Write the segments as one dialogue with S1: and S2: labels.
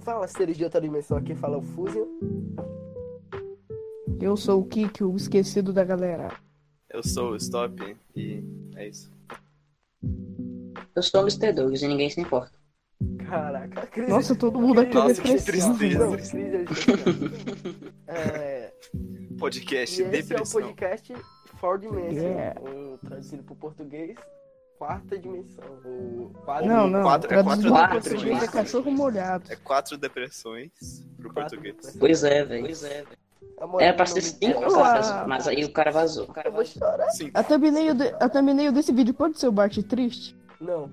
S1: fala seres de outra dimensão. Aqui fala o Fusion.
S2: Eu sou o Kiki, o esquecido da galera.
S3: Eu sou o Stop e é isso.
S4: Eu sou o Mr. Dogs e ninguém se importa.
S1: Caraca, a crise.
S2: Nossa, todo mundo aqui é
S3: Nossa, que
S2: depressivo.
S3: tristeza.
S1: Não, crise é depressão. é,
S3: Podcast
S1: e esse é o
S3: Depressão.
S1: podcast Four Dimension,
S2: Yeah.
S1: ou traduzido para o português, quarta dimensão. ou quadro-
S2: Não, não.
S3: Quatro- é quatro
S2: traduzido pra
S4: depressões.
S2: português é cachorro molhado.
S3: É quatro depressões pro
S1: Quatro
S3: português.
S1: depressões.
S4: Pois é, velho.
S1: A moral
S4: Era É, pra
S1: do
S4: ser
S1: nome- é
S4: cinco
S2: Olá.
S4: caras, mas aí o cara vazou.
S1: Eu vou chorar.
S3: Sim.
S2: A thumbnail, de, a thumbnail desse vídeo pode ser o Bart triste?
S1: Não,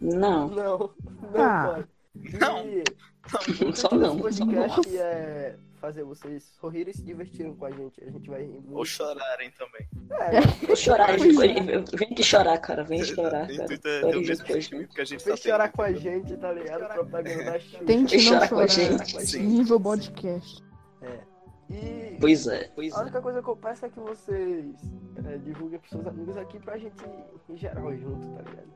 S4: Não,
S1: não, não
S2: Ah.
S1: pode.
S3: Não.
S1: E
S4: só não.
S1: Esse
S4: Só não.
S1: podcast é fazer vocês sorrirem e se divertirem com a gente. A gente vai rir muito.
S3: Ou chorarem também.
S1: É,
S4: Vou chorar. gente. Vem aqui chorar, cara. Vem chorar,
S3: O
S4: cara.
S3: intuito é ter o
S4: Chore
S3: mesmo
S4: junto,
S3: sentimento que a gente
S1: vem
S3: tá
S1: chorar
S3: tendo.
S1: com a gente, tá ligado? Propaganda Xuxa.
S2: Tente
S4: Vem
S2: não
S4: chorar com a
S2: chorar.
S4: gente.
S3: Sim.
S2: Nível podcast.
S1: E
S4: Pois é.
S1: a única coisa que eu peço é que vocês é, divulguem pros seus amigos aqui pra gente em geral ir junto, tá ligado?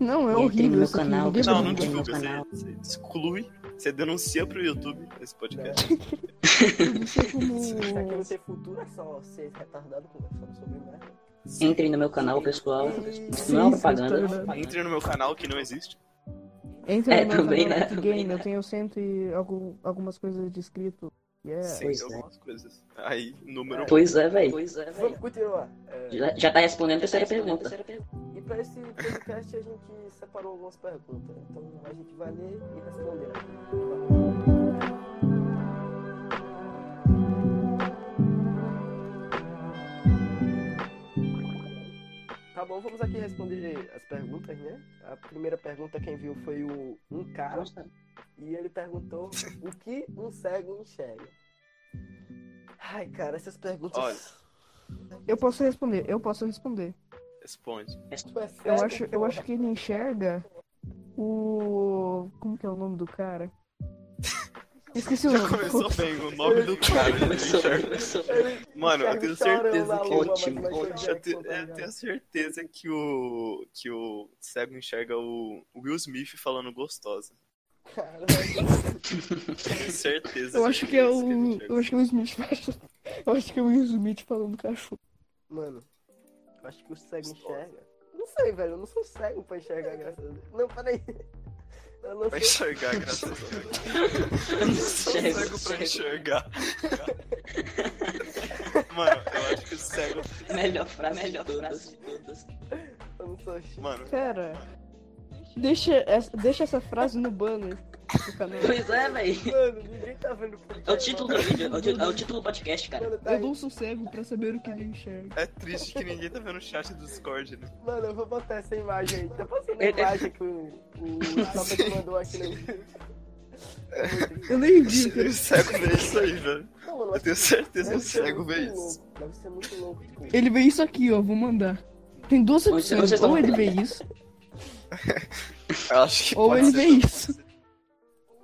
S2: Não, é
S4: Entre no
S2: horrível
S4: meu
S2: isso aqui.
S4: canal,
S2: Ninguém
S3: Não,
S4: pessoal,
S2: vai
S3: não
S2: ver.
S4: divulga.
S3: divulga. Você, você exclui, você denuncia pro YouTube esse podcast.
S2: Isso é
S1: Se aqui
S2: como-
S1: não tem futuro, é só ser retardado conversando sobre merda.
S4: Entrem no meu canal, pessoal.
S1: E-
S4: Não é
S2: Sim,
S4: uma propaganda.
S2: sim,
S4: é uma
S3: Entre no meu canal que não existe.
S2: Entra
S4: É,
S2: no meu
S4: também,
S2: canal
S4: né?
S2: Epic
S4: Também,
S2: Game,
S4: né?
S2: eu tenho cento e algum- algumas coisas de escrito. Yeah.
S3: Sim,
S4: pois é.
S3: algumas coisas. Aí, número
S1: É.
S3: um.
S4: Pois é, velho.
S1: Vamos continuar. É,
S4: Já, já tá respondendo a terceira pergunta.
S1: e pra esse podcast a gente separou algumas perguntas. Então a gente vai ler e responder. Tá bom, vamos aqui responder as perguntas, né? A primeira pergunta quem viu foi o um cara
S4: Ah,
S1: e ele perguntou o que um cego enxerga. Ai, cara, essas perguntas.
S3: Olha.
S2: Eu posso responder, eu posso responder.
S3: Responde.
S1: Tu é cego,
S2: Eu acho, eu
S1: porra?
S2: acho que ele enxerga o. Como que é o nome do cara? Esqueci o
S3: Já
S2: nome.
S3: começou bem o nome do cara. né? ele
S4: Começou,
S3: enxerga.
S4: começou.
S1: Ele
S3: Mano, eu tenho
S1: enxerga o
S3: certeza
S1: chorão
S3: que
S1: na lua,
S4: Ótimo,
S1: mas vai
S4: ótimo.
S1: enxergar
S3: Eu, te-
S1: com o
S3: eu tenho certeza que o que o cego enxerga o o Will Smith falando gostosa.
S1: Caralho.
S3: Tenho certeza.
S2: Eu acho que é
S3: isso ele
S2: o. Eu
S3: enxerga.
S2: acho que é o Smith. Eu acho que é o Will Smith falando cachorro.
S1: Mano, eu acho que o cego enxerga. Não sei, velho. Eu não sou cego pra enxergar, graças a Deus. Não, peraí. Eu não
S3: Pra
S1: sou.
S3: enxergar, graças a Deus.
S4: Cego,
S3: cego pra
S4: cego.
S3: enxergar. Mano, eu acho que o cego.
S4: Melhor frase, melhor frase de todas.
S1: Eu não sou chi-
S3: Mano,
S2: Pera. Deixa, essa- deixa essa frase no banner do canal.
S4: Pois é, velho.
S1: Mano, ninguém tá vendo por
S4: É o título do vídeo, é o ti- é o título do podcast, cara.
S1: Mano, tá
S2: Eu
S1: aí.
S2: dou um sossego pra saber o que ele enxerga.
S3: é triste que ninguém tá vendo o chat do Discord, né?
S1: Mano, eu vou botar essa imagem aí. Tá passando a
S3: É,
S4: Ele-
S1: imagem que o, o Sapa te mandou aqui no
S2: Eu nem vi.
S3: O cego vê isso aí, velho.
S1: Não, mano,
S3: Eu tenho certeza que o cego vê isso.
S1: Deve ser muito louco. Tipo,
S2: Ele vê isso aqui, ó. Vou mandar. Tem duas
S4: Vocês-
S2: opções.
S4: vocês
S2: Ou ele
S4: estão-
S2: vê isso,
S3: Eu acho que
S2: Ou
S3: pode
S2: ele
S3: ser
S2: vê
S3: também.
S2: isso.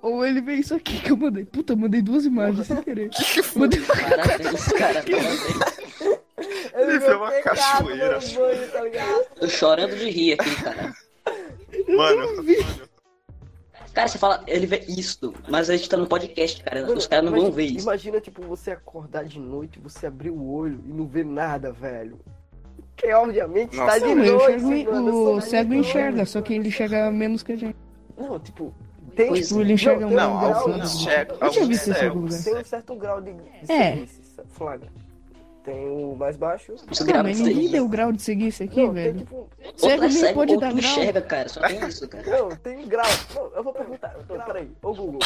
S2: ou ele vê isso aqui que eu mandei. Puta, eu mandei duas imagens sem querer. Mandei uma
S4: Parabéns, cara. Parabéns.
S1: ele
S3: vê uma
S1: pecado,
S3: cachoeira.
S1: mano, banho, tá ligado?
S4: Tô chorando de rir aqui, cara.
S3: Mano,
S4: Cara, você fala, ele vê isso, mas a gente tá no podcast, cara.
S1: Mano,
S4: Os caras não
S1: imagina-
S4: vão ver isso.
S1: Imagina, tipo, você acordar de noite, você abrir o olho e não ver nada, velho. Que obviamente
S3: Nossa.
S1: tá de
S2: Não, mas eu
S1: noite.
S2: enxergo-
S1: mano, eu sou
S2: o
S1: da
S2: cego
S1: noite.
S2: enxerga, só que ele enxerga menos que a gente.
S1: Não, tipo, tem. um
S4: Pois
S2: Tipo, ele enxerga
S1: Não,
S2: muito.
S3: não,
S1: não,
S2: grau,
S1: alguns
S2: né?
S3: alguns cegos.
S2: Eu tinha
S3: Alguns
S2: visto esse em algum
S3: cegos.
S2: lugar.
S1: Tem um certo grau de. de
S2: É.
S1: segurança, Flagra. Tem o mais baixo.
S4: Isso
S2: Cara,
S4: grava
S2: mas
S4: isso aí.
S2: ninguém deu grau de seguir isso aqui,
S1: Não, tem,
S2: velho.
S1: tipo.
S4: Outro
S2: Cego
S4: é
S2: nem
S4: cego,
S2: pode
S4: outro
S2: dar grau.
S4: enxerga, cara. Só tem isso, cara.
S1: Não, tem grau. Não, eu vou perguntar. Não, peraí. Ô, Google.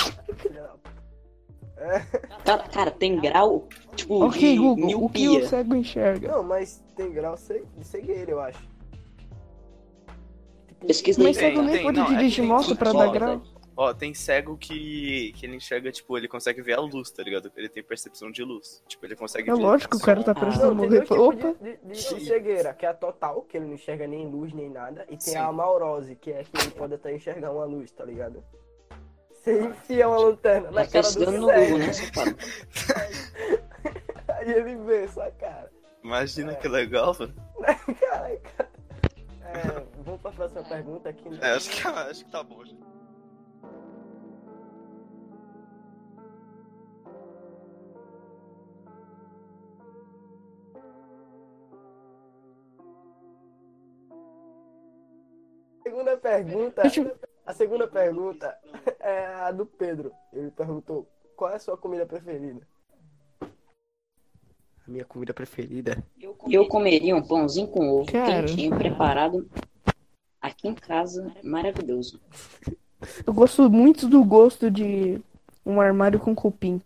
S4: Cara, cara, tem grau, tipo,
S2: Ok,
S4: de
S2: Google, o que o
S4: miopia.
S2: cego enxerga?
S1: Não, mas tem grau se- de cegueira, eu acho. Tipo,
S4: Pesquisa
S2: Mas
S4: aí,
S2: cego
S4: cara.
S2: nem
S3: tem,
S2: pode
S3: não, é que
S2: dirigir
S3: tem
S2: moto
S4: tudo
S2: pra
S4: só,
S2: dar
S4: velho.
S2: grau. É
S3: Ó, tem cego que, que ele enxerga, tipo, ele consegue ver a luz, tá ligado? Ele tem percepção de luz. Tipo, ele consegue
S2: É
S3: ver.
S2: lógico, o cara tá prestes a
S1: Não, tem
S2: morrer.
S1: dois
S2: Opa,
S1: tipos de, de- de- de
S3: Sim.
S1: cegueira, que é a total, que ele não enxerga nem luz nem nada, e tem
S3: Sim.
S1: a amaurose, que é que ele pode até enxergar uma luz, tá ligado? Você enfia uma lanterna na cara
S4: Tá
S1: do
S4: pesquisando no Google,
S1: cego,
S4: né, safado?
S1: aí ele vê sua cara.
S3: Imagina que legal, velho.
S1: Caraca. É, vamos
S4: É,
S1: pra próxima pergunta aqui. né?
S3: É, acho que, acho que tá bom, já.
S1: segunda pergunta,
S2: Deixa eu-
S1: a segunda pergunta é a do Pedro. Ele perguntou: "Qual é a sua comida preferida?" A minha comida preferida
S4: Eu comeria um pãozinho com ovo
S2: Cara.
S4: quentinho, preparado aqui em casa, maravilhoso.
S2: Eu gosto muito do gosto de um armário com cupim.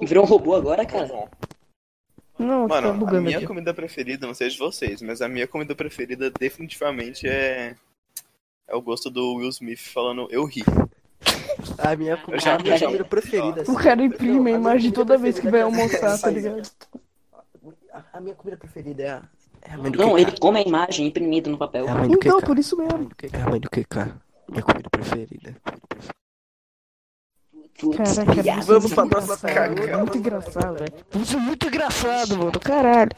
S4: Virou um robô agora, cara?
S3: Bom,
S2: Não, tá
S3: mano, a
S2: bugando
S3: minha
S2: aqui.
S3: comida preferida, não sei de vocês, mas a minha comida preferida definitivamente é. É o gosto do Will Smith falando eu ri.
S1: A minha, co-
S4: Eu já-
S1: a minha
S4: já-
S1: comida preferida.
S2: O cara imprime a
S1: Não,
S2: imagem
S1: minha
S2: toda
S1: comida
S2: vez que vai
S1: preferida é
S2: almoçar, tá
S1: essa,
S2: ligado?
S1: A, a minha comida preferida é a, é a mãe do
S4: Não,
S1: Keká.
S4: ele come a imagem imprimida no papel.
S1: É a mãe do
S2: Então,
S1: Keká.
S2: por isso
S1: É a
S2: mesmo.
S1: mãe do Keká. É a mãe do Keká. Minha comida preferida.
S4: Putz,
S2: Caraca,
S4: viado.
S2: vocês
S1: Vamos
S2: são
S1: pra
S2: muito
S1: próxima
S2: engraçados,
S1: pergunta.
S2: Muito engraçado, velho. Você é muito engraçado, mano. Caralho.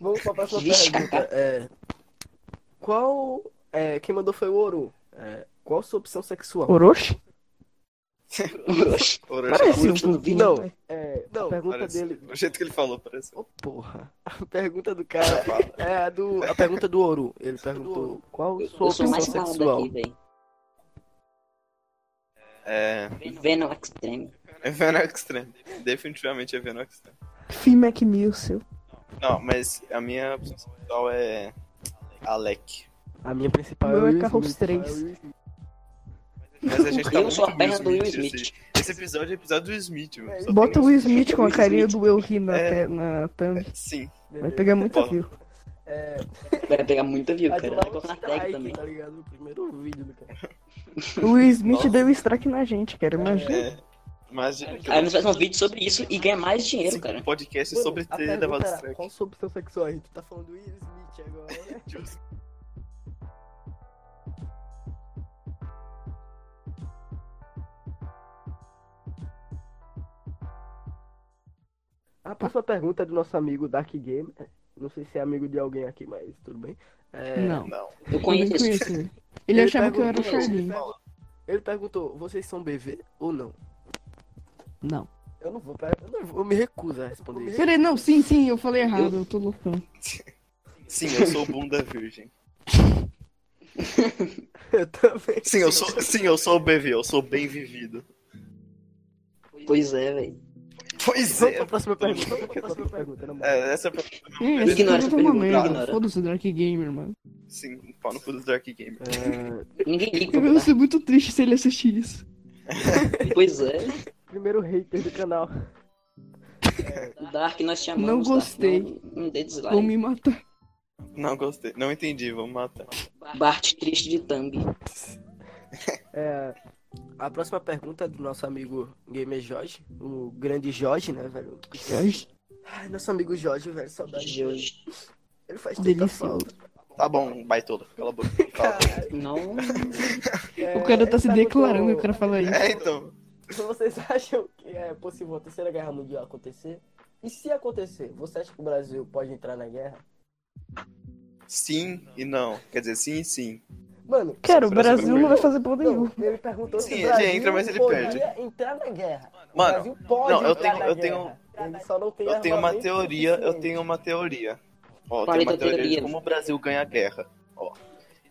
S1: Vamos pra próxima
S4: Vixe,
S1: pergunta. É, qual. É, quem mandou foi o Oru. É, qual sua opção sexual?
S2: Orochi?
S4: Orochi.
S2: Parece
S4: Orochi no
S2: um
S4: vídeo.
S1: Não, é, não, a pergunta
S3: Parece-
S1: dele.
S3: O jeito que ele falou, parece.
S1: Ô porra. A pergunta do cara é a do. A pergunta do Oru. Ele perguntou qual
S4: Eu,
S1: sua
S4: eu sou
S1: opção
S4: mais falado
S1: sexual.
S4: daqui, velho.
S3: É.
S4: Venom Extreme.
S3: É Venom Extreme. Definitivamente é Venom Extreme.
S2: Fim McMilson.
S3: Não, mas a minha opção sexual é. Alec.
S1: A minha principal
S2: Meu é
S1: Will
S2: Carros
S1: Smith.
S2: três.
S3: Mas a gente tá
S4: Eu sou a
S3: muito
S4: perna do
S3: Will
S4: Will
S3: Smith
S4: Smith.
S3: esse- Esse episódio é episódio do Will Smith, mano. Só
S2: Bota o
S3: tem
S2: Will Smith com a carinha do Eu Ri na,
S3: É.
S2: te- na thumb.
S3: Sim.
S2: Vai pegar muita
S3: Bota.
S2: view.
S1: É,
S4: Vai pegar muita view,
S1: a de
S4: cara.
S1: lá
S4: Vai
S1: o
S4: colocar um na tag
S1: strike,
S4: também.
S1: tá ligado? No primeiro vídeo do cara.
S2: O Will Smith
S3: Nossa.
S2: deu strike na gente, cara. Imagina.
S3: É. Mas
S4: Aí nós fazemos um vídeo sobre isso e ganha mais dinheiro,
S3: Sim,
S4: cara.
S3: um podcast
S1: Mano,
S3: sobre
S1: a
S3: ter
S1: pergunta
S3: levado
S1: era,
S3: strike.
S1: Qual sua opção sexual? A gente tá falando do Will Smith agora, né?
S3: Tipo assim.
S1: A próxima pergunta é do nosso amigo Dark Game. Não sei se é amigo de alguém aqui, mas tudo bem. É,
S2: Não.
S3: Não.
S4: Eu
S2: Eu nem
S4: conheço isso.
S2: conheço ele. Ele achava que eu era o
S1: perguntou-
S2: Charlie.
S1: Ele perguntou, vocês são BV ou não?
S2: Não.
S1: Eu não vou, per- eu, não vou- eu me recuso a responder isso.
S2: Peraí, não, sim, sim, eu falei errado, eu tô loucão. É,
S3: Sim, eu sou bunda virgem.
S1: Eu também.
S3: Sim, eu sou, sim, eu sou o BV, eu sou bem vivido.
S4: Pois é, velho.
S3: Pois
S1: Vamos pra
S3: é.
S1: próxima pergunta. Vamos pra próxima pergunta, na moral.
S3: é essa é pra-
S2: Ih, essa
S4: Ignora
S2: pergunta
S4: essa
S2: é uma
S4: pergunta,
S2: merda.
S4: ignora.
S2: Foda-se, Dark Gamer, mano.
S3: Sim, um pau no cu do Dark Game.
S1: É,
S4: Ninguém liga
S2: Eu
S4: pra
S2: vou ser muito triste se ele assistir isso.
S4: Dark. Pois é.
S1: primeiro hater do canal.
S4: O Dark nós te amamos.
S2: Não
S4: Dark.
S2: gostei.
S4: Não, um não dê
S2: Ou
S4: dislike.
S2: me matar.
S3: Não gostei. Não entendi, vamos matar.
S4: Bart triste de thumb.
S1: É, a próxima pergunta é do nosso amigo Gamer Jorge, o grande Jorge, né, velho? Ai, nosso amigo Jorge, velho, saudade
S4: De
S1: dele.
S4: hoje.
S1: Ele faz tanta
S2: Delicioso.
S1: falta.
S3: Tá bom, baitola, cala a boca. Fala.
S4: Não.
S1: É,
S2: O cara tá
S1: ele
S2: se
S1: perguntou,
S2: declarando e o cara fala isso.
S3: É, então.
S1: Vocês acham que é possível a Terceira Guerra Mundial acontecer? E se acontecer, você acha que o Brasil pode entrar na guerra?
S3: Sim e não. Quer dizer, sim e sim.
S1: Mano,
S2: Cara, o
S3: Brasil
S2: Brasil não vai
S1: perdeu.
S2: fazer porra
S1: não,
S2: nenhuma.
S1: ele perguntou se
S3: Sim,
S1: o
S3: ele
S1: Brasil
S3: entra, mas ele
S1: podia entrar na guerra. O
S3: Mano,
S1: Brasil pode
S3: não, eu
S1: entrar
S3: tenho-
S1: na
S3: eu
S1: guerra. Ele só não é tem
S3: Eu tenho uma
S1: armamento
S3: teoria, eu
S1: suficiente.
S3: tenho uma teoria. Ó, eu
S4: Fala aí
S3: tenho uma
S4: tua
S3: teoria de
S4: teoria.
S3: como o Brasil ganha a guerra. Ó.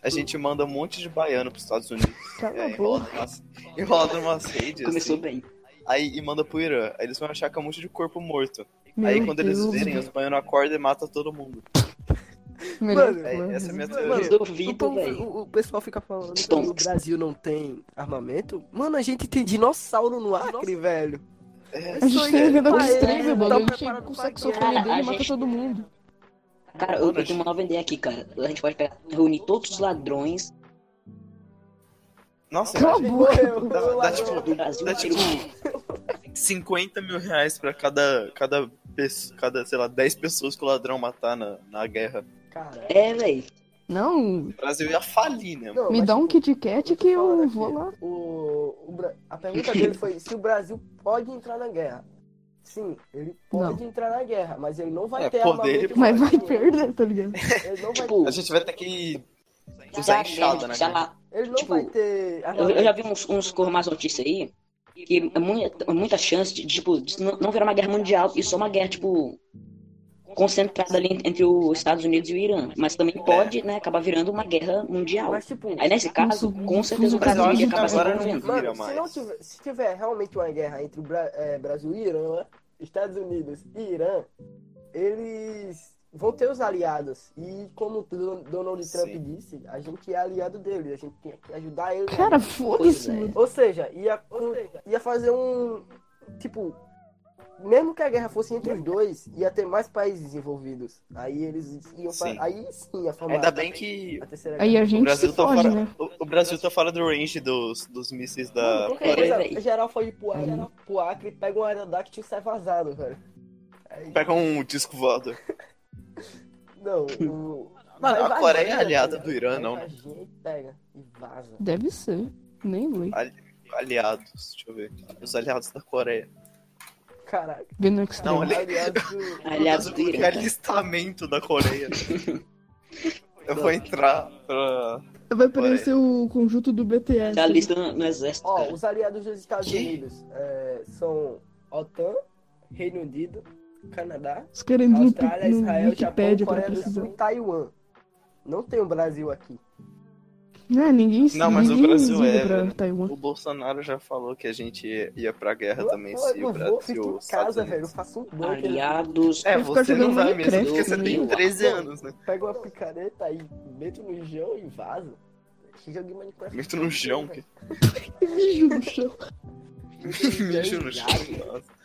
S3: A gente manda um monte de baiano pros Estados Unidos.
S1: Tá
S2: Cala
S3: É,
S2: a boca.
S3: enrola numas, enrola numas redes.
S4: Começou
S3: assim,
S4: bem.
S3: aí e manda pro Irã. Aí eles vão achar que é um monte de corpo morto. aí
S2: Meu
S3: quando
S2: Deus.
S3: eles verem, os baianos acordam e matam todo mundo.
S2: Melhor
S1: Mano,
S3: é,
S2: plano.
S3: essa é a minha teoria.
S4: Eu
S1: Mano, O,
S2: Então
S4: duvido,
S1: povo-
S4: velho.
S1: Então, o- o pessoal fica falando que
S4: Tom.
S1: o Brasil não tem armamento. Mano, a gente tem dinossauro no Acre, velho.
S3: É,
S2: A gente tem um
S1: Ah,
S2: vendedor
S1: ele-
S2: estranho,
S1: ele
S2: meu bagulho.
S1: tá
S2: Ele chega com
S1: preparado
S2: o
S1: pra
S2: saxofone
S4: guerra.
S2: dele
S4: A
S2: e mata
S4: gente-
S2: todo mundo.
S4: Cara, eu, eu tenho uma nova ideia aqui, cara. A gente pode pegar, reunir todos os ladrões
S3: Nossa,
S2: Cala a
S3: imagina.
S2: boca.
S3: Dá- dá, tipo,
S4: do Brasil
S3: dá
S4: inteiro.
S3: tipo 50 mil reais pra cada, cada, pessoa, cada, sei lá, 10 pessoas que o ladrão matar na, na guerra.
S1: Cara,
S4: É, velho.
S3: tá,
S2: Não,
S3: O Brasil ia falir, né?
S1: não,
S2: me
S1: mas,
S2: dá um
S1: tipo,
S2: Kit Kat
S1: eu tô
S2: que eu
S1: falando
S2: vou
S1: aqui,
S2: lá.
S1: O, o Bra- a pergunta dele foi se o Brasil pode entrar na guerra. Sim, ele pode entrar na guerra, mas ele não vai
S3: É,
S1: ter
S3: poder ele
S1: armamento.
S2: Mas vai
S1: suficiente.
S2: perder, tá ligado?
S1: Ele não vai,
S4: Tipo, tá,
S3: A gente vai ter que
S4: já,
S3: usar enxada, né?
S4: já
S3: cara?
S4: lá,
S1: ele não
S4: tipo,
S1: vai ter né?
S4: Eu,
S1: armamento.
S4: eu já vi uns, uns com mais notícias aí que é muita, é muita chance de, tipo, de não, não virar uma guerra mundial e só uma guerra, tipo, concentrada ali entre os Estados Unidos e o Irã. Mas também pode, né, acabar virando uma guerra mundial.
S1: É. Mas, tipo,
S4: Aí nesse caso,
S2: Isso,
S4: com certeza o
S2: mas eu
S4: Brasil
S2: acho
S4: iria
S2: que
S4: acabar se
S3: agora não
S4: envolvendo.
S3: vira
S1: mano, se,
S3: mais.
S1: não tiver, se tiver realmente uma guerra entre o Bra- é, Brasil e Irã, Estados Unidos e Irã, eles vão ter os aliados. E como o Don- Donald Trump
S3: Sim.
S1: disse, a gente é aliado dele, a gente tem que ajudar ele.
S2: Cara, foda-se,
S4: é.
S2: mano.
S1: Ou seja, ia, ia fazer um. Tipo, mesmo que a guerra fosse entre os dois, ia ter mais países envolvidos. Aí eles iam. fa-
S3: Sim.
S1: Aí sim ia formar.
S3: Ainda bem que
S1: A terceira
S2: Aí
S1: guerra.
S2: a
S3: o
S2: gente se
S3: Brasil tá
S2: foge,
S3: fora,
S2: né?
S3: o, o Brasil tá fora do range dos, dos mísseis da
S1: Qualquer
S4: Peraí,
S3: Coreia.
S1: coisa,
S4: peraí.
S1: é, geral foi pro Acre,
S2: Aí.
S1: pro Acre pega um aerodáctil e sai vazado, velho. Aí-
S3: Pega um disco voador.
S1: Não, o.
S3: Mano,
S1: vai
S3: a
S1: vazando,
S3: Coreia é
S1: né,
S3: aliada
S1: velho?
S3: do Irã,
S1: Vai
S3: não, né?
S1: vazando e Pega e vaza.
S2: Deve ser. Nem lei.
S3: Aliados, deixa eu ver. Os aliados da Coreia.
S1: Caraca.
S2: Vendo o Xtreme.
S3: Não, ali-
S1: aliado do-
S4: Aliados do
S3: Que
S4: Irã. cara.
S3: alistamento da Coreia. eu vou entrar pra.
S2: Vai parecer o conjunto do BTS.
S4: Tá lista no, no exército,
S1: Ó,
S4: cara.
S1: os aliados dos Estados
S3: Que?
S1: Unidos é, são OTAN, Reino Unido, Canadá,
S2: Os caras entram no,
S1: Austrália,
S2: no
S1: Israel, Japão,
S2: Wikipedia pra
S1: Coreia do Sul
S2: precisar.
S1: e Taiwan. Não tem o Brasil aqui.
S2: Ah, ninguém
S3: Não, mas o
S2: ninguém
S3: Brasil
S2: liga
S3: é,
S2: pra
S3: velho.
S2: Taiwan.
S3: O Bolsonaro já falou que a gente ia- ia pra guerra
S1: Eu-
S3: também
S1: eu
S3: se
S1: não
S3: o
S1: vou, fico
S3: Brasil.
S1: em casa,
S3: Estados
S1: velho. Eu
S3: Unidos-
S1: faço um bunker.
S4: Aliados.
S3: É,
S2: Eu vou ficar
S3: você não
S2: jogando
S3: vai mesmo,
S2: Minecraft
S3: porque você tem
S4: comigo.
S3: 13 anos, né?
S1: Pega uma picareta aí, meto no chão e vazo. Joguei Minecraft. é
S3: Meto no chão, que-
S2: Mijo no chão.
S3: Mijo no chão. nossa.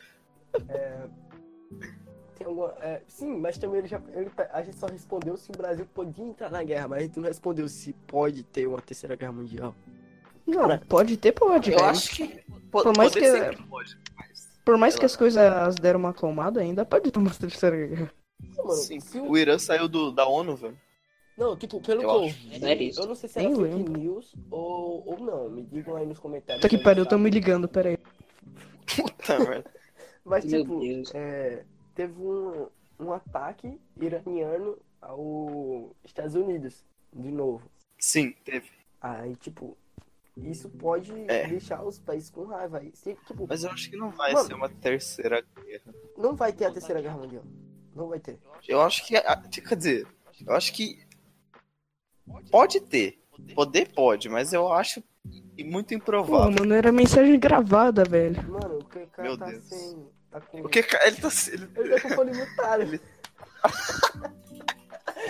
S1: Tem alguma- é, sim, mas também ele já, ele- a gente só respondeu se o Brasil podia entrar na guerra, mas a gente não respondeu se pode ter uma terceira guerra mundial.
S2: Não, pode ter, pode,
S3: Eu
S2: cara.
S3: acho que. po-
S2: Por mais
S3: poder
S2: que-
S3: sempre pode, mas-
S2: Por mais
S3: sei
S2: que as coisas deram uma acalmada ainda, pode ter uma terceira guerra.
S1: Não, mano,
S3: Sim,
S1: se o-
S3: o Irã saiu do, da ONU, velho.
S1: não, tipo, pelo
S3: Eu
S1: que eu
S3: acho.
S1: vi,
S4: Era É, isso.
S1: eu não sei se era
S2: Nem
S1: fake
S2: lembro.
S1: news ou, ou não. Me digam aí nos comentários.
S2: Tá que
S1: se
S2: pariu,
S1: sabe.
S2: tão me ligando, peraí.
S3: Puta merda.
S1: Mas,
S4: Meu
S1: tipo,
S4: Deus.
S1: é, teve um, um ataque iraniano aos Estados Unidos, de novo.
S3: Sim, teve.
S1: Aí, tipo, isso pode
S3: É.
S1: deixar os países com raiva. Aí, se, tipo,
S3: Mas eu acho que não vai
S1: Mano.
S3: ser uma terceira guerra.
S1: não vai ter a Terceira Guerra Mundial. Não vai ter.
S3: Eu acho que. a- Quer dizer, eu acho que. Pode ter. Poder pode, mas eu acho muito
S2: Pô,
S3: improvável.
S2: mano, era mensagem gravada, velho.
S1: Mano, o que o cara
S3: Meu
S1: tá
S3: Deus.
S1: sem. Tá com.
S3: Porque ca- ele tá. se- ele-
S1: Ele tá com fone mutado.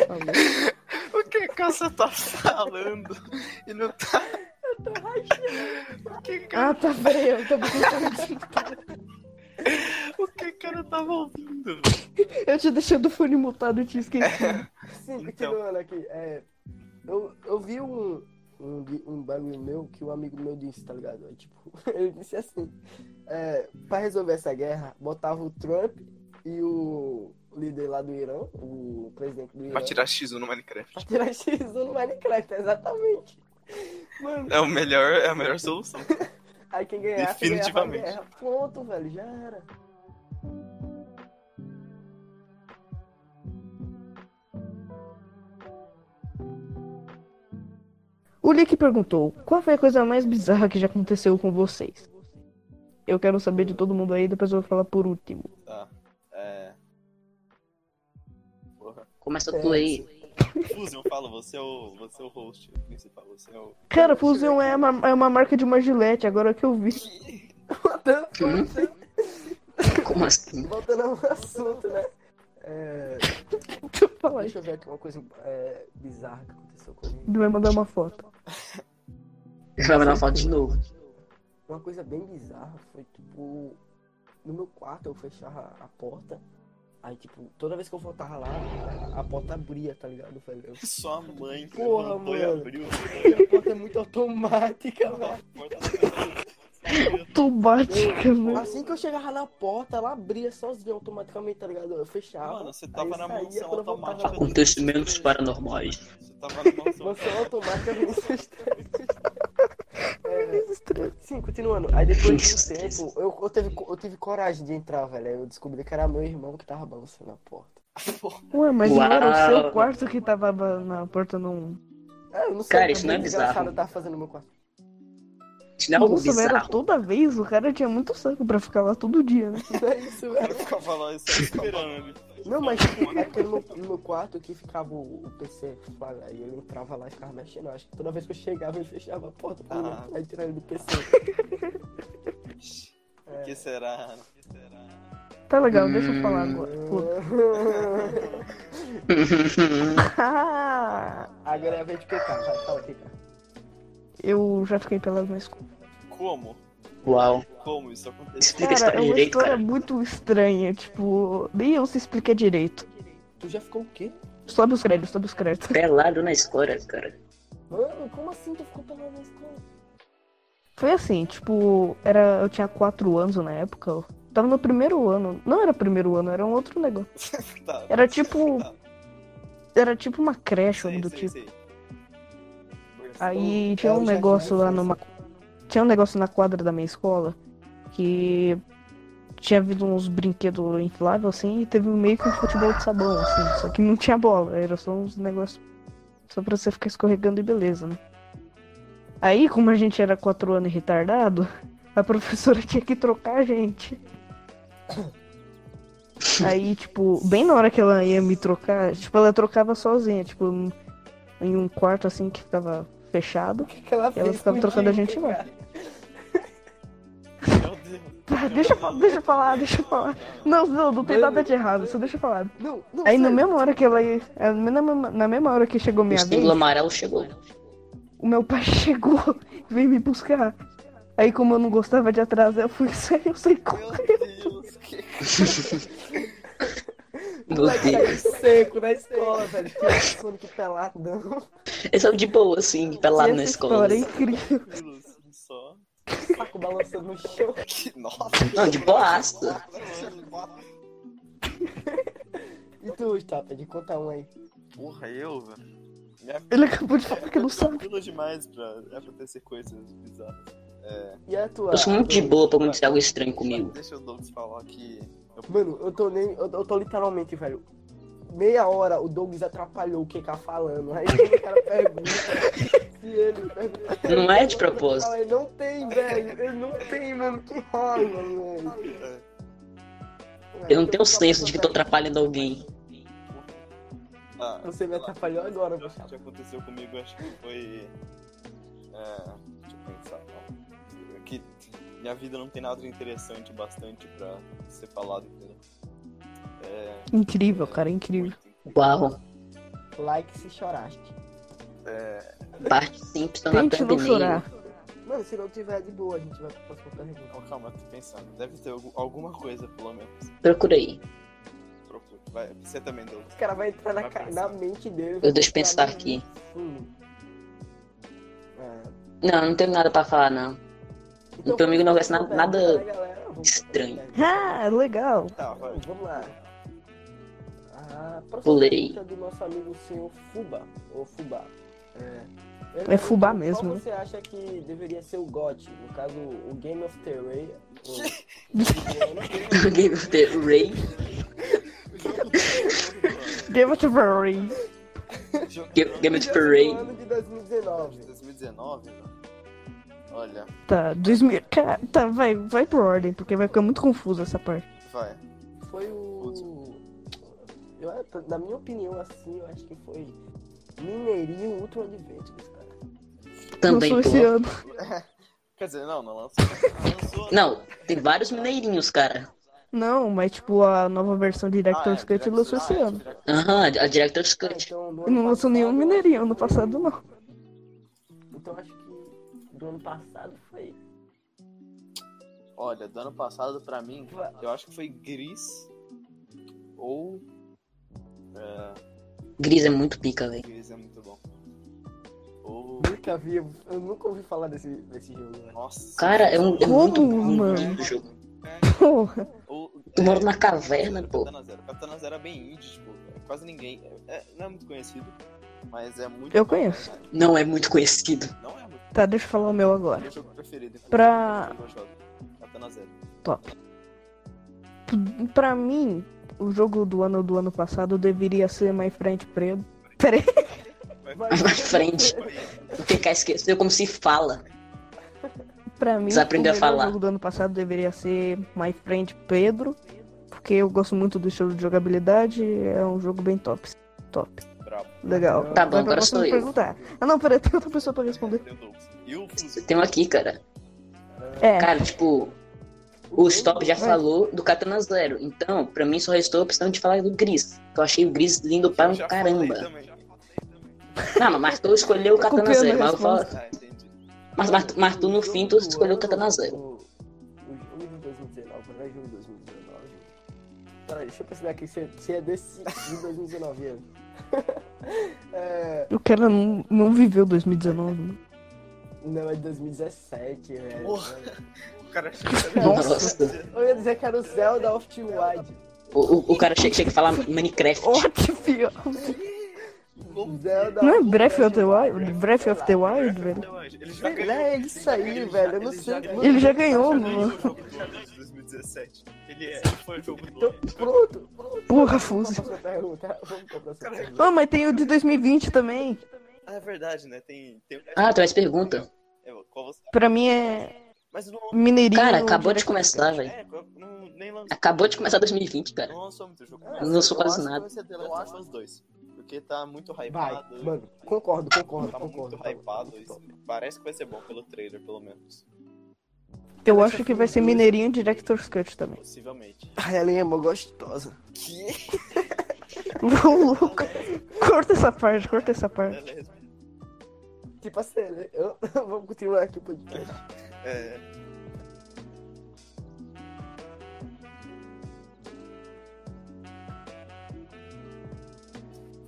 S2: Falou.
S3: O que a Caça tá falando? E não tá. O que,
S2: Ah,
S3: cara,
S2: tá bem, eu tô brincando.
S3: o que o cara tava ouvindo?
S2: Eu tinha deixado o fone mutado e tinha esquecido.
S1: Sim,
S3: Então.
S1: continuando aqui. É, eu, eu vi um, um, gui- um bagulho meu que um amigo meu disse, tá ligado? Aí, tipo, ele disse assim: é, pra resolver essa guerra, botava o Trump e o líder lá do Irã, o presidente do Irã.
S3: Vai tirar X1 no Minecraft.
S1: pra tirar X1 no Minecraft, exatamente. Mano,
S3: É, o melhor, é a melhor solução.
S1: aí quem ganhar, quem ganhar vai
S3: Definitivamente.
S1: ganhar. Ponto, velho, já era.
S2: O Lick perguntou: qual foi a coisa mais bizarra que já aconteceu com vocês? Eu quero saber de todo mundo aí, depois eu vou falar por último.
S3: Tá. É. Porra.
S4: Começa
S1: É,
S4: tu aí.
S3: Fusion, fala, você é o, você é o host principal, você é o.
S2: Cara, Fusion é uma, é uma marca de uma gilete, agora que eu vi.
S4: Hum? Como assim?
S1: Voltando ao assunto, né? É,
S2: Tu fala aí.
S1: deixa eu ver aqui uma coisa é, bizarra que aconteceu comigo.
S2: Tu vai mandar uma foto.
S4: Vai mandar foto de novo.
S1: Uma coisa bem bizarra foi, tipo, no meu quarto eu fechava a porta. Aí, tipo, toda vez que eu voltava lá, a porta abria, tá ligado? Eu falei,
S3: Sua mãe que
S1: Porra,
S3: levantou e
S1: mano.
S3: abriu. tá
S1: a porta é muito automática, velho.
S2: Automática, velho.
S1: Assim que eu chegava na porta, ela abria sozinha automaticamente, tá ligado? Eu fechava.
S3: Mano, você tava
S1: aí
S3: na
S1: saía,
S3: mansão
S1: quando eu voltava-
S3: automática.
S4: Acontecimentos paranormais.
S3: Você tava na mansão.
S1: Mansão automática me é, tá Sim, continuando. Aí depois de um tempo, eu, eu, teve, co- eu tive coragem de entrar, velho. Aí eu descobri que era meu irmão que tava balançando a porta.
S2: Ué, mas não era o seu
S4: Uau.
S2: quarto que tava ba- na porta não.
S1: É, eu não sei
S4: Cara,
S1: o que tá
S4: isso
S1: o
S4: não é
S1: desgraçado
S4: bizarro.
S1: tava fazendo no meu quarto.
S4: Isso não é algo
S2: Nossa, velho, era
S4: bizarro.
S2: toda vez o cara tinha muito saco pra ficar lá todo dia, né?
S1: É isso,
S3: O cara
S1: velho.
S3: ficava lá só esperando. né?
S1: Não, mas é porque no, no meu quarto que ficava o, o PC, lá, aí ele entrava lá e ficava mexendo. Eu Acho que toda vez que eu chegava, ele fechava a porta pra
S3: Ah.
S1: ah. tirar ele do PC.
S3: O que será? O que será?
S2: Tá legal, deixa eu falar agora.
S4: Hum.
S2: Pô. Ah,
S1: Agora é a vez de pecar, vai, fala aqui, cara.
S2: eu já fiquei pelado na escola.
S3: Como?
S4: Uau.
S3: Como isso aconteceu?
S4: Explica a
S2: Cara, é
S4: história
S2: uma
S4: direito,
S2: história
S4: cara.
S2: muito estranha, tipo, nem eu se explica direito.
S1: Tu já ficou o quê?
S2: Sobe os créditos, sobe os créditos.
S4: Pelado na escola, cara.
S1: Mano, como assim tu ficou pelado na escola?
S2: Foi assim, tipo, era, eu tinha quatro anos na época. Eu tava no primeiro ano. Não era primeiro ano, era um outro negócio.
S3: Tá,
S2: Era tipo-
S3: tá,
S2: Era tipo uma creche,
S3: sei,
S2: algo do
S3: sei,
S2: tipo.
S3: sei.
S2: Aí
S1: É,
S2: tinha
S1: eu
S2: um
S1: já
S2: negócio
S1: vi,
S2: lá
S1: sim,
S2: numa. Tinha um negócio na quadra da minha escola que tinha havido uns brinquedos infláveis assim e teve meio que um futebol de sabão, assim. Só que não tinha bola, era só uns negócios. Só pra você ficar escorregando e beleza, né? Aí, como a gente era quatro anos e retardado, a professora tinha que trocar a gente. Aí, tipo, bem na hora que ela ia me trocar, tipo, ela trocava sozinha, tipo, em um quarto assim que ficava fechado.
S1: O que, que ela fez?
S2: ficava
S1: contigo,
S2: trocando a gente lá.
S1: cara?
S3: Meu Deus.
S2: Ah, Deixa eu, fa- deixa eu falar, deixa eu falar. Não, não, não tem nada de errado, só deixa eu falar.
S1: Não, não,
S2: Aí na
S1: sério.
S2: mesma hora que ela ia. é, Na mesma, na mesma hora que chegou
S4: O
S2: minha vez,
S4: símbolo amarelo chegou.
S2: o meu pai chegou e veio me buscar. Aí como eu não gostava de atrasar, eu fui sair, eu saí com.
S3: Meu Deus. Que...
S4: Meu
S1: Moleque saiu
S4: Deus.
S1: seco na escola, velho. Que absurdo, que peladão.
S4: Esse é o de boa, assim, pelado na
S2: Essa
S4: escola.
S2: história é incrível.
S3: tranquilo, assim, só.
S1: Saco balançando no chão.
S3: Que... Nossa.
S4: Não, de boaça.
S1: E tu, Stapa, de conta um aí.
S3: Porra, eu, velho. Minha
S2: Ele acabou de falar que
S3: vida
S2: não
S3: é
S2: sabe.
S3: tranquila demais pra acontecer coisas bizarras.
S1: E a tua?
S4: Eu sou um tipo. muito de boa pra
S1: mim.
S4: acontecer algo estranho comigo.
S3: Deixa o Douglas falar que...
S1: Mano, eu tô nem. Eu, eu tô literalmente, velho. Meia hora o Douglas atrapalhou o que tá falando. Aí o cara pergunta. se ele né? pergunta. se
S4: Não
S1: ele-
S4: é de propósito.
S1: Ele não tem, velho. Ele não tem, mano. Que raiva, mano.
S4: Eu não tenho senso de que tô atrapalhando alguém.
S3: Ah,
S1: Então Você me
S3: sei lá.
S1: atrapalhou agora,
S3: Eu acho que
S1: Gustavo.
S3: já aconteceu comigo, acho que foi. É, deixa eu pensar. Não. É Que minha vida não tem nada de interessante bastante pra ser falado, entendeu? É,
S2: Incrível, cara, incrível.
S3: muito-
S4: Uau.
S1: Like se choraste.
S3: É,
S4: Bart Simpson na
S2: Tente não
S4: thumbnail.
S2: chorar.
S1: Mano, se não tiver de boa, a gente vai pra próxima pergunta.
S3: não, calma, tô pensando. Deve ter algum- alguma coisa, pelo menos.
S4: Procurei.
S3: Procure. Vai, você também, Douglas.
S1: Os cara vai entrar na,
S3: Vai
S1: ca- na
S3: pensar.
S1: mente dele.
S4: Eu deixo pensar aqui.
S1: Hum. Ah,
S4: Não, não tenho nada pra falar, não.
S1: então,
S4: teu amigo não vai ser
S1: vamos
S4: nada-
S1: perguntar, né, galera? Vamos
S4: estranho.
S1: perguntar.
S2: Ah, legal.
S3: Tá, vai.
S1: Vamos vamos lá. A próxima
S4: Pulei.
S1: pergunta é do nosso amigo senhor Fuba. Ou Fubá. É, Ele
S2: É Fubá
S1: perguntou
S2: mesmo,
S1: Qual
S2: né?
S1: você acha que deveria ser o GOT? No caso, o Game of the Ray.
S4: Game of the Ray.
S3: O jogo do
S2: Game of Thrones.
S3: ano. O jogo do
S4: Game,
S3: ano.
S4: Game of the Ray.
S1: ano de 2019.
S3: 2019, mano. Olha,
S2: Tá, 2000. Cara, tá, vai, vai por ordem, porque vai ficar muito confuso essa parte.
S3: vai.
S1: Foi o. Eu, na minha opinião, assim, eu acho que foi Mineirinho Ultra Adventures, cara.
S4: Também,
S2: Lançou esse
S4: pô.
S2: ano.
S3: Quer dizer, não, não lançou. lançou
S4: Não, tem vários mineirinhos, cara.
S2: Não, mas tipo, a nova versão de
S3: Ah, é,
S2: Director's Cut lançou esse
S3: ah, é,
S2: ano.
S4: Aham, a Director's
S1: Ah,
S4: Cut.
S1: então, no
S2: Eu não
S1: ano
S2: lançou nenhum
S1: passado,
S2: mineirinho ano
S1: foi-
S2: passado, não.
S1: Então acho que do ano passado foi.
S3: Olha, do ano passado pra mim, eu acho que foi Gris ou
S4: Gris é muito pica, velho.
S3: Gris é muito bom. Ou
S1: Nunca vi, eu nunca ouvi falar desse, desse jogo, né?
S3: nossa.
S4: Cara, é, um, é
S2: Como,
S4: muito bom
S2: mano?
S4: o jogo.
S2: Porra.
S3: Ou, é,
S4: Tu mora na caverna, pô.
S3: Katana Zero. Katana Zero é bem indie, tipo, é quase ninguém. É, é- não é muito conhecido, mas é muito.
S2: Eu
S3: bom,
S2: conheço.
S3: né?
S4: Não é muito conhecido.
S3: Não é muito.
S2: Tá, deixa eu falar o meu
S3: É
S2: agora.
S3: meu jogo preferido. inclusive,
S2: Pra-
S3: quando eu jogo. Katana Zero.
S2: P- Pra mim, o jogo do ano do ano passado deveria ser My Friend Preto. Peraí,
S1: Vai
S4: Vai frente. O TK esqueceu como se fala.
S2: Pra mim,
S4: Desaprender
S2: o
S4: a
S2: melhor
S4: falar.
S2: jogo do ano passado deveria ser My Friend Pedro, porque eu gosto muito do estilo de jogabilidade, é um jogo bem top. Top.
S3: Brabo.
S2: Legal.
S1: Tá
S2: Vai
S4: bom,
S2: pra
S4: agora
S2: próxima
S4: sou eu.
S2: pergunta. Ah não, peraí, tem outra pessoa pra responder.
S3: Tem dois. E o
S4: Eu tenho aqui, cara.
S2: É,
S4: Cara, tipo, o Stop já falou do Katana Zero. Então, pra mim só restou a opção de falar do Gris. Que eu achei o Gris lindo para um caramba. Não, mas Martu escolheu o
S2: Tá
S4: Katana
S2: copiando a
S4: Zero. Mas, eu
S2: resposta.
S4: falo-
S3: Ah, entendi.
S4: mas Martu, Martu, no fim, tu escolheu o Katana Zero.
S1: O o jogo de 2019, não é jogo de 2019. Peraí, deixa eu perceber aqui se, se é desse de 2019 mesmo. é,
S2: o cara não, não viveu 2019. né?
S1: não, é de 2017, velho.
S3: Porra. O cara achou que era
S2: Nossa.
S3: Nossa.
S1: Eu ia dizer que era o Zelda of the Wild.
S4: O, o, o cara chega, chega e fala Minecraft.
S2: Ó, que pior.
S1: Zelda
S2: Não é
S1: of
S2: Breath of the
S1: the
S2: Wild? Breath of the Wild, velho?
S3: Ele já
S1: Wild.
S3: ganhou.
S1: É isso aí, velho. Eu não sei.
S2: Ele já ganhou,
S3: Ele ganhou
S2: mano.
S3: o jogo do ano de 2017. Ele é, foi o jogo do ano.
S1: Pronto, pronto.
S2: Porra,
S1: Vamos
S2: Fuso.
S1: pra próxima pergunta. Vamos pra próxima
S3: Caralho.
S1: pergunta.
S2: Ah, mas tem o de 2020 também.
S3: Ah, é verdade, né? Tem. tem...
S4: Ah, tu faz pergunta.
S3: É, qual você...
S2: Pra mim é
S3: Mas não.
S2: Mineirinho.
S4: Cara, acabou de começar, velho.
S3: É, qual- não, nem lançou.
S4: Acabou de começar 2020, cara.
S3: Não lançou muito jogo.
S1: Não
S4: lançou
S3: Eu
S4: quase
S3: acho que
S4: nada.
S3: Vai ser The Last of Us 2. Porque tá muito
S1: É. Vai,
S3: hypado.
S1: mano. Concordo, concordo,
S3: Tá
S1: concordo.
S3: muito hypado
S1: concordo.
S3: isso. Parece que vai ser bom pelo trailer, pelo menos.
S2: Eu acho que vai ser Mineirinho Director's Cut também.
S3: Possivelmente.
S1: Ai, ela é mó gostosa.
S3: Que?
S2: Ô, louco. Corta essa parte, corta essa parte.
S1: Tipo assim, né? Eu... Vamos continuar aqui o podcast.
S3: É.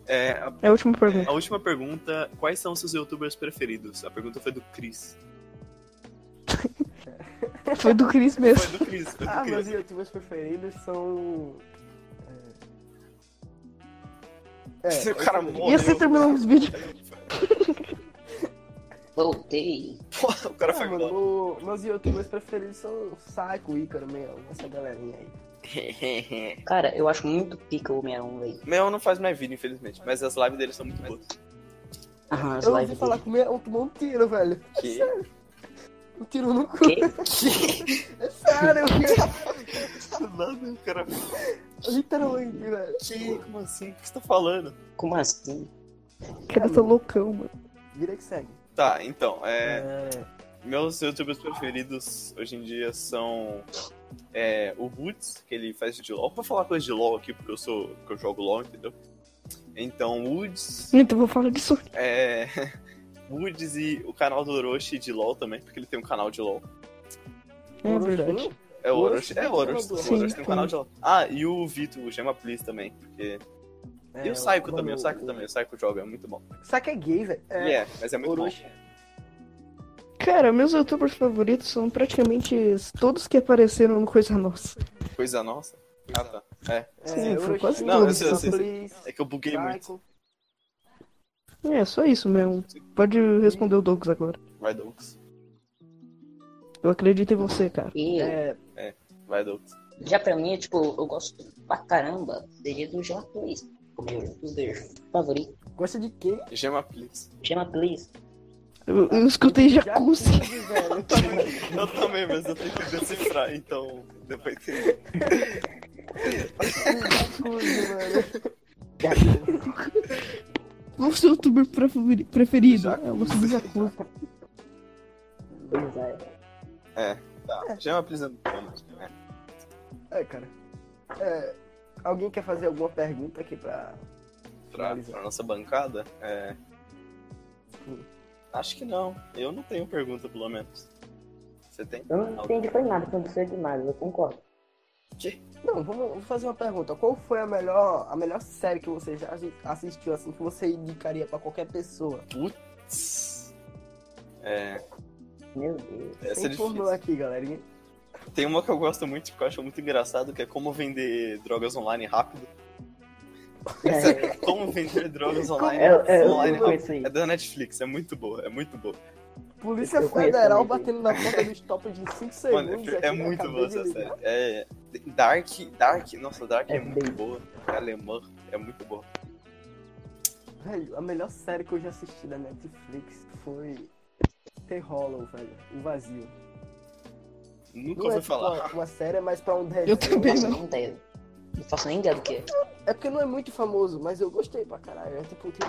S3: É, a,
S1: Uhum.
S2: É a última pergunta.
S3: a última pergunta, quais são seus youtubers preferidos? A pergunta foi do Chris.
S2: Foi do Chris mesmo.
S3: Foi do Chris, foi do
S1: Ah, meus
S3: Chris.
S1: youtubers preferidos são. É. É,
S3: o cara
S1: eu-
S2: E
S3: morreu.
S2: assim terminando os vídeos.
S4: Voltei.
S3: Porra, o cara
S1: Ah,
S3: foi
S1: mano,
S3: embora.
S1: o- meus youtubers preferidos são Saco, Ícaro, Mel, essa galerinha aí.
S4: Cara, eu acho muito pica o Homem-Aranha, velho.
S3: Meu não faz mais vídeo, infelizmente, mas as lives dele são muito boas.
S4: Aham, as
S1: Eu ouvi
S4: lives
S1: falar
S4: dele.
S1: com o Mel, tomou um tiro, velho.
S3: Que?
S1: Um tiro no cu.
S4: Quê?
S1: É sério, velho.
S3: Nada, o cara.
S1: Literalmente, velho.
S3: Que? Como assim? O que você tá falando?
S4: Como assim?
S2: Cara, tá loucão, mano.
S1: Vira que segue.
S3: Tá, então, é.
S1: É,
S3: Meus youtubers preferidos hoje em dia são é, o Woods, que ele faz de LOL. Vou falar coisa de LOL aqui, porque eu sou. Porque eu jogo LOL, entendeu? Então, Woods.
S2: Então eu vou falar disso.
S3: É, Woods e o canal do Orochi de LOL também, porque ele tem um canal de LOL.
S2: É verdade.
S3: É o
S1: Orochi
S3: Orochi. É o Orochi. O
S2: Sim,
S3: Orochi tem um
S2: sim.
S3: canal de LOL. Ah, e o Vitor, o Gema Please também, porque.
S1: É,
S3: e o Saiko
S1: mano,
S3: também, o Saiko também, o Saiko joga, é muito bom.
S1: Saco é gay, velho.
S3: É,
S1: É,
S3: mas é muito
S1: Orochi.
S2: Cara, meus youtubers favoritos são praticamente todos que apareceram no Coisa Nossa.
S3: bom. Coisa nossa. Ah, tá.
S2: Sim, foi
S1: é, Orochi,
S2: quase assim,
S3: Não,
S2: todos.
S3: eu sei, eu sei, eu
S1: Please,
S3: É que eu buguei muito.
S1: Saiko.
S2: É, só isso mesmo. Pode responder o Douglas agora.
S3: Vai, Douglas.
S2: Eu acredito em você, cara.
S4: E eu-
S1: É,
S3: Vai, Douglas.
S4: já pra mim, é, tipo, eu gosto pra caramba. Seria do Gema Please. O meu youtuber favorito.
S1: gosta de quem?
S3: Gema Please.
S4: Gema Please.
S2: Eu, eu escutei
S1: Jacuzzi,
S2: jacuzzi.
S1: velho.
S3: Eu também, mas eu tenho que decifrar, então depois tem.
S1: Jacuzzi, mano.
S2: Qual o seu youtuber preferi- preferido?
S3: Jacuzzi.
S2: É o Lúcio do Jacuzzi.
S4: é.
S3: Tá, já é uma prisão. É.
S1: É, cara. É, alguém quer fazer alguma pergunta aqui pra.
S3: Pra, pra nossa bancada? É. Acho que não. Eu não tenho pergunta, pelo menos. Você tem?
S4: Eu não entendi foi nada, não precisa de nada, eu concordo.
S1: Não, vamos vou fazer uma pergunta. Qual foi a melhor, a melhor série que você já assi- assistiu, assim, que você indicaria pra qualquer pessoa?
S3: Putz. É,
S4: Meu Deus.
S3: essa é
S1: Tem pornô
S3: difícil.
S1: aqui, galerinha.
S3: Tem uma que eu gosto muito, que eu acho muito engraçado, que é como vender drogas online rápido.
S4: É,
S3: Como vender drogas
S4: é,
S3: online,
S4: é,
S3: online
S4: eu
S3: rápido.
S4: conheço aí.
S3: É da Netflix, é muito boa, é muito boa.
S1: Polícia
S4: Eu conheço
S1: Federal
S4: também,
S1: batendo na porta do stop de 5 segundos.
S3: Mano, é,
S1: aqui, eu
S3: muito
S1: acabei
S3: boa
S1: de
S3: essa
S1: ligar.
S3: série. É, Dark, Dark, nossa, Dark é,
S4: É
S3: muito
S4: bem.
S3: boa. É alemã, é muito boa.
S1: Velho, a melhor série que eu já assisti da Netflix foi The Hollow, velho. O Vazio.
S3: Nunca
S1: Não é
S3: ouvi
S1: tipo
S3: falar.
S1: uma, uma série, mas pra um desenho.
S2: Eu também
S4: Não
S2: não.
S4: faço ideia. Não faço nem ideia do que é.
S1: É porque não é muito famoso, mas eu gostei pra caralho. É tipo, tem-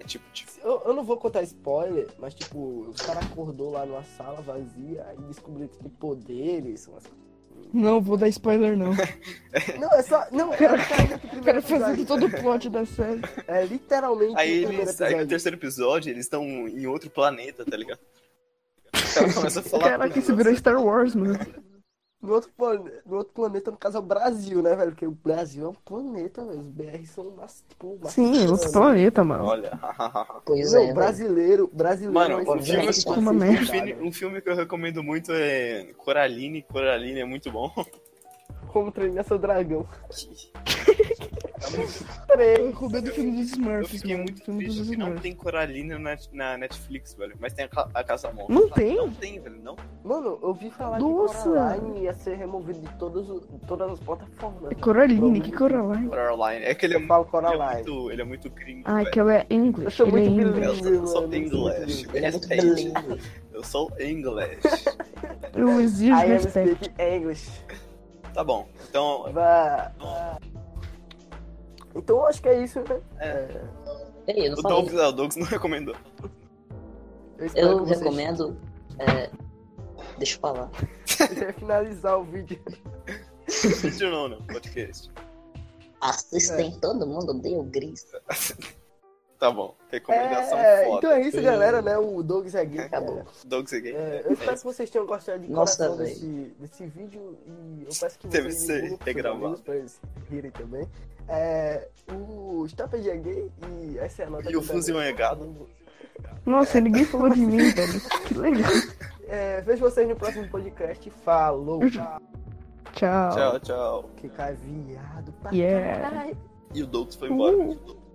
S3: É tipo, tipo,
S1: eu, eu não vou contar spoiler, mas tipo, os caras acordou lá numa sala vazia e descobriu que tem poderes. umas-
S2: Não, vou dar spoiler não.
S1: Não, é só. Não, é literalmente o
S2: O cara
S1: primeiro
S2: fazendo
S1: episódio.
S2: todo o plot da série.
S1: É literalmente
S3: aí
S1: o primeiro
S3: eles. Aí no
S1: episódio.
S3: terceiro episódio, eles estão em outro planeta, tá ligado? O cara começa a falar.
S2: Caraca,
S3: tudo,
S2: isso virou
S3: assim.
S2: Star Wars, mano.
S1: No outro, plane- no outro planeta, no caso, é o Brasil, né, velho? Porque o Brasil é um planeta, velho. Os BR são umas. Tipo, umas
S2: Sim, é outro planeta, mano.
S3: Olha. Um
S4: Pois
S1: Não,
S4: é. velho.
S1: brasileiro, brasileiro.
S3: Mano,
S1: mas
S3: o
S1: não
S4: filme-
S1: existe
S2: né? Uma
S1: esse
S2: merda.
S1: cara. é
S3: um,
S1: tipo
S3: filme, um filme que eu recomendo muito é Coraline. Coraline é muito bom.
S1: Como treinar seu dragão.
S2: Eu roubei do filme dos
S3: Eu
S2: Smurfs,
S3: fiquei
S2: mano.
S3: muito
S2: filme dos
S3: triste que não
S2: Smurfs.
S3: tem Coraline na, na Netflix, velho. Mas tem a, Ca- a Casa Monstro.
S2: Não tem?
S3: Não tem, velho. Não
S1: Mano, eu vi falar
S2: Nossa.
S1: que Coraline ia ser removido de todos, os- todas as plataformas. né?
S2: É Coraline, que Coraline?
S3: Coraline. É que ele é
S1: Eu
S3: muito.
S1: falo
S3: Ele é
S1: Coraline.
S3: muito, ele é muito gringo,
S2: Ah,
S3: velho.
S2: que ela é
S1: Eu
S2: English.
S1: sou
S2: Ele é
S1: muito
S2: English.
S1: bilíngue.
S3: Eu só
S1: mano.
S3: tenho inglês.
S1: Eu
S3: Me
S4: Ele é muito
S3: respeite.
S4: bilíngue.
S3: Eu sou inglês.
S2: Eu exijo
S1: I am
S2: respeito.
S1: speaking English.
S3: tá bom. Então,
S1: Vá. Então eu acho que é isso, né?
S4: Ei, eu
S3: o
S4: não falei.
S3: Douglas, ah, o Douglas não recomendou.
S1: Eu, espero
S4: Eu
S1: que tá vocês-
S4: recomendo. é, Deixa eu falar.
S1: Eu ia finalizar o vídeo.
S3: Vídeo não, não. Podcast.
S4: Assistem, todo mundo odeia o Gris.
S3: Tá bom. Recomendação
S1: É,
S3: foda.
S1: então é isso, galera, né? O Douglas é gay.
S4: Acabou.
S1: cara.
S3: Douglas é gay.
S1: É, eu espero que vocês tenham gostado de
S4: Nossa,
S1: coração
S4: velho.
S1: desse, desse vídeo e eu peço que
S3: Deve
S1: vocês
S3: ser
S1: divulguem pros seus
S3: regravado.
S1: amigos pra eles rirem também. É, o Stopper é gay e essa é a nota
S3: E
S1: que
S3: o Fuzil é gado.
S2: Nossa, ninguém falou de mim, velho. Que legal.
S1: É, vejo vocês no próximo podcast. Falou,
S2: Tchau.
S3: Tchau, tchau.
S1: que cara é viado pra
S2: Yeah.
S1: caralho.
S3: E o Douglas foi embora.
S2: Uh.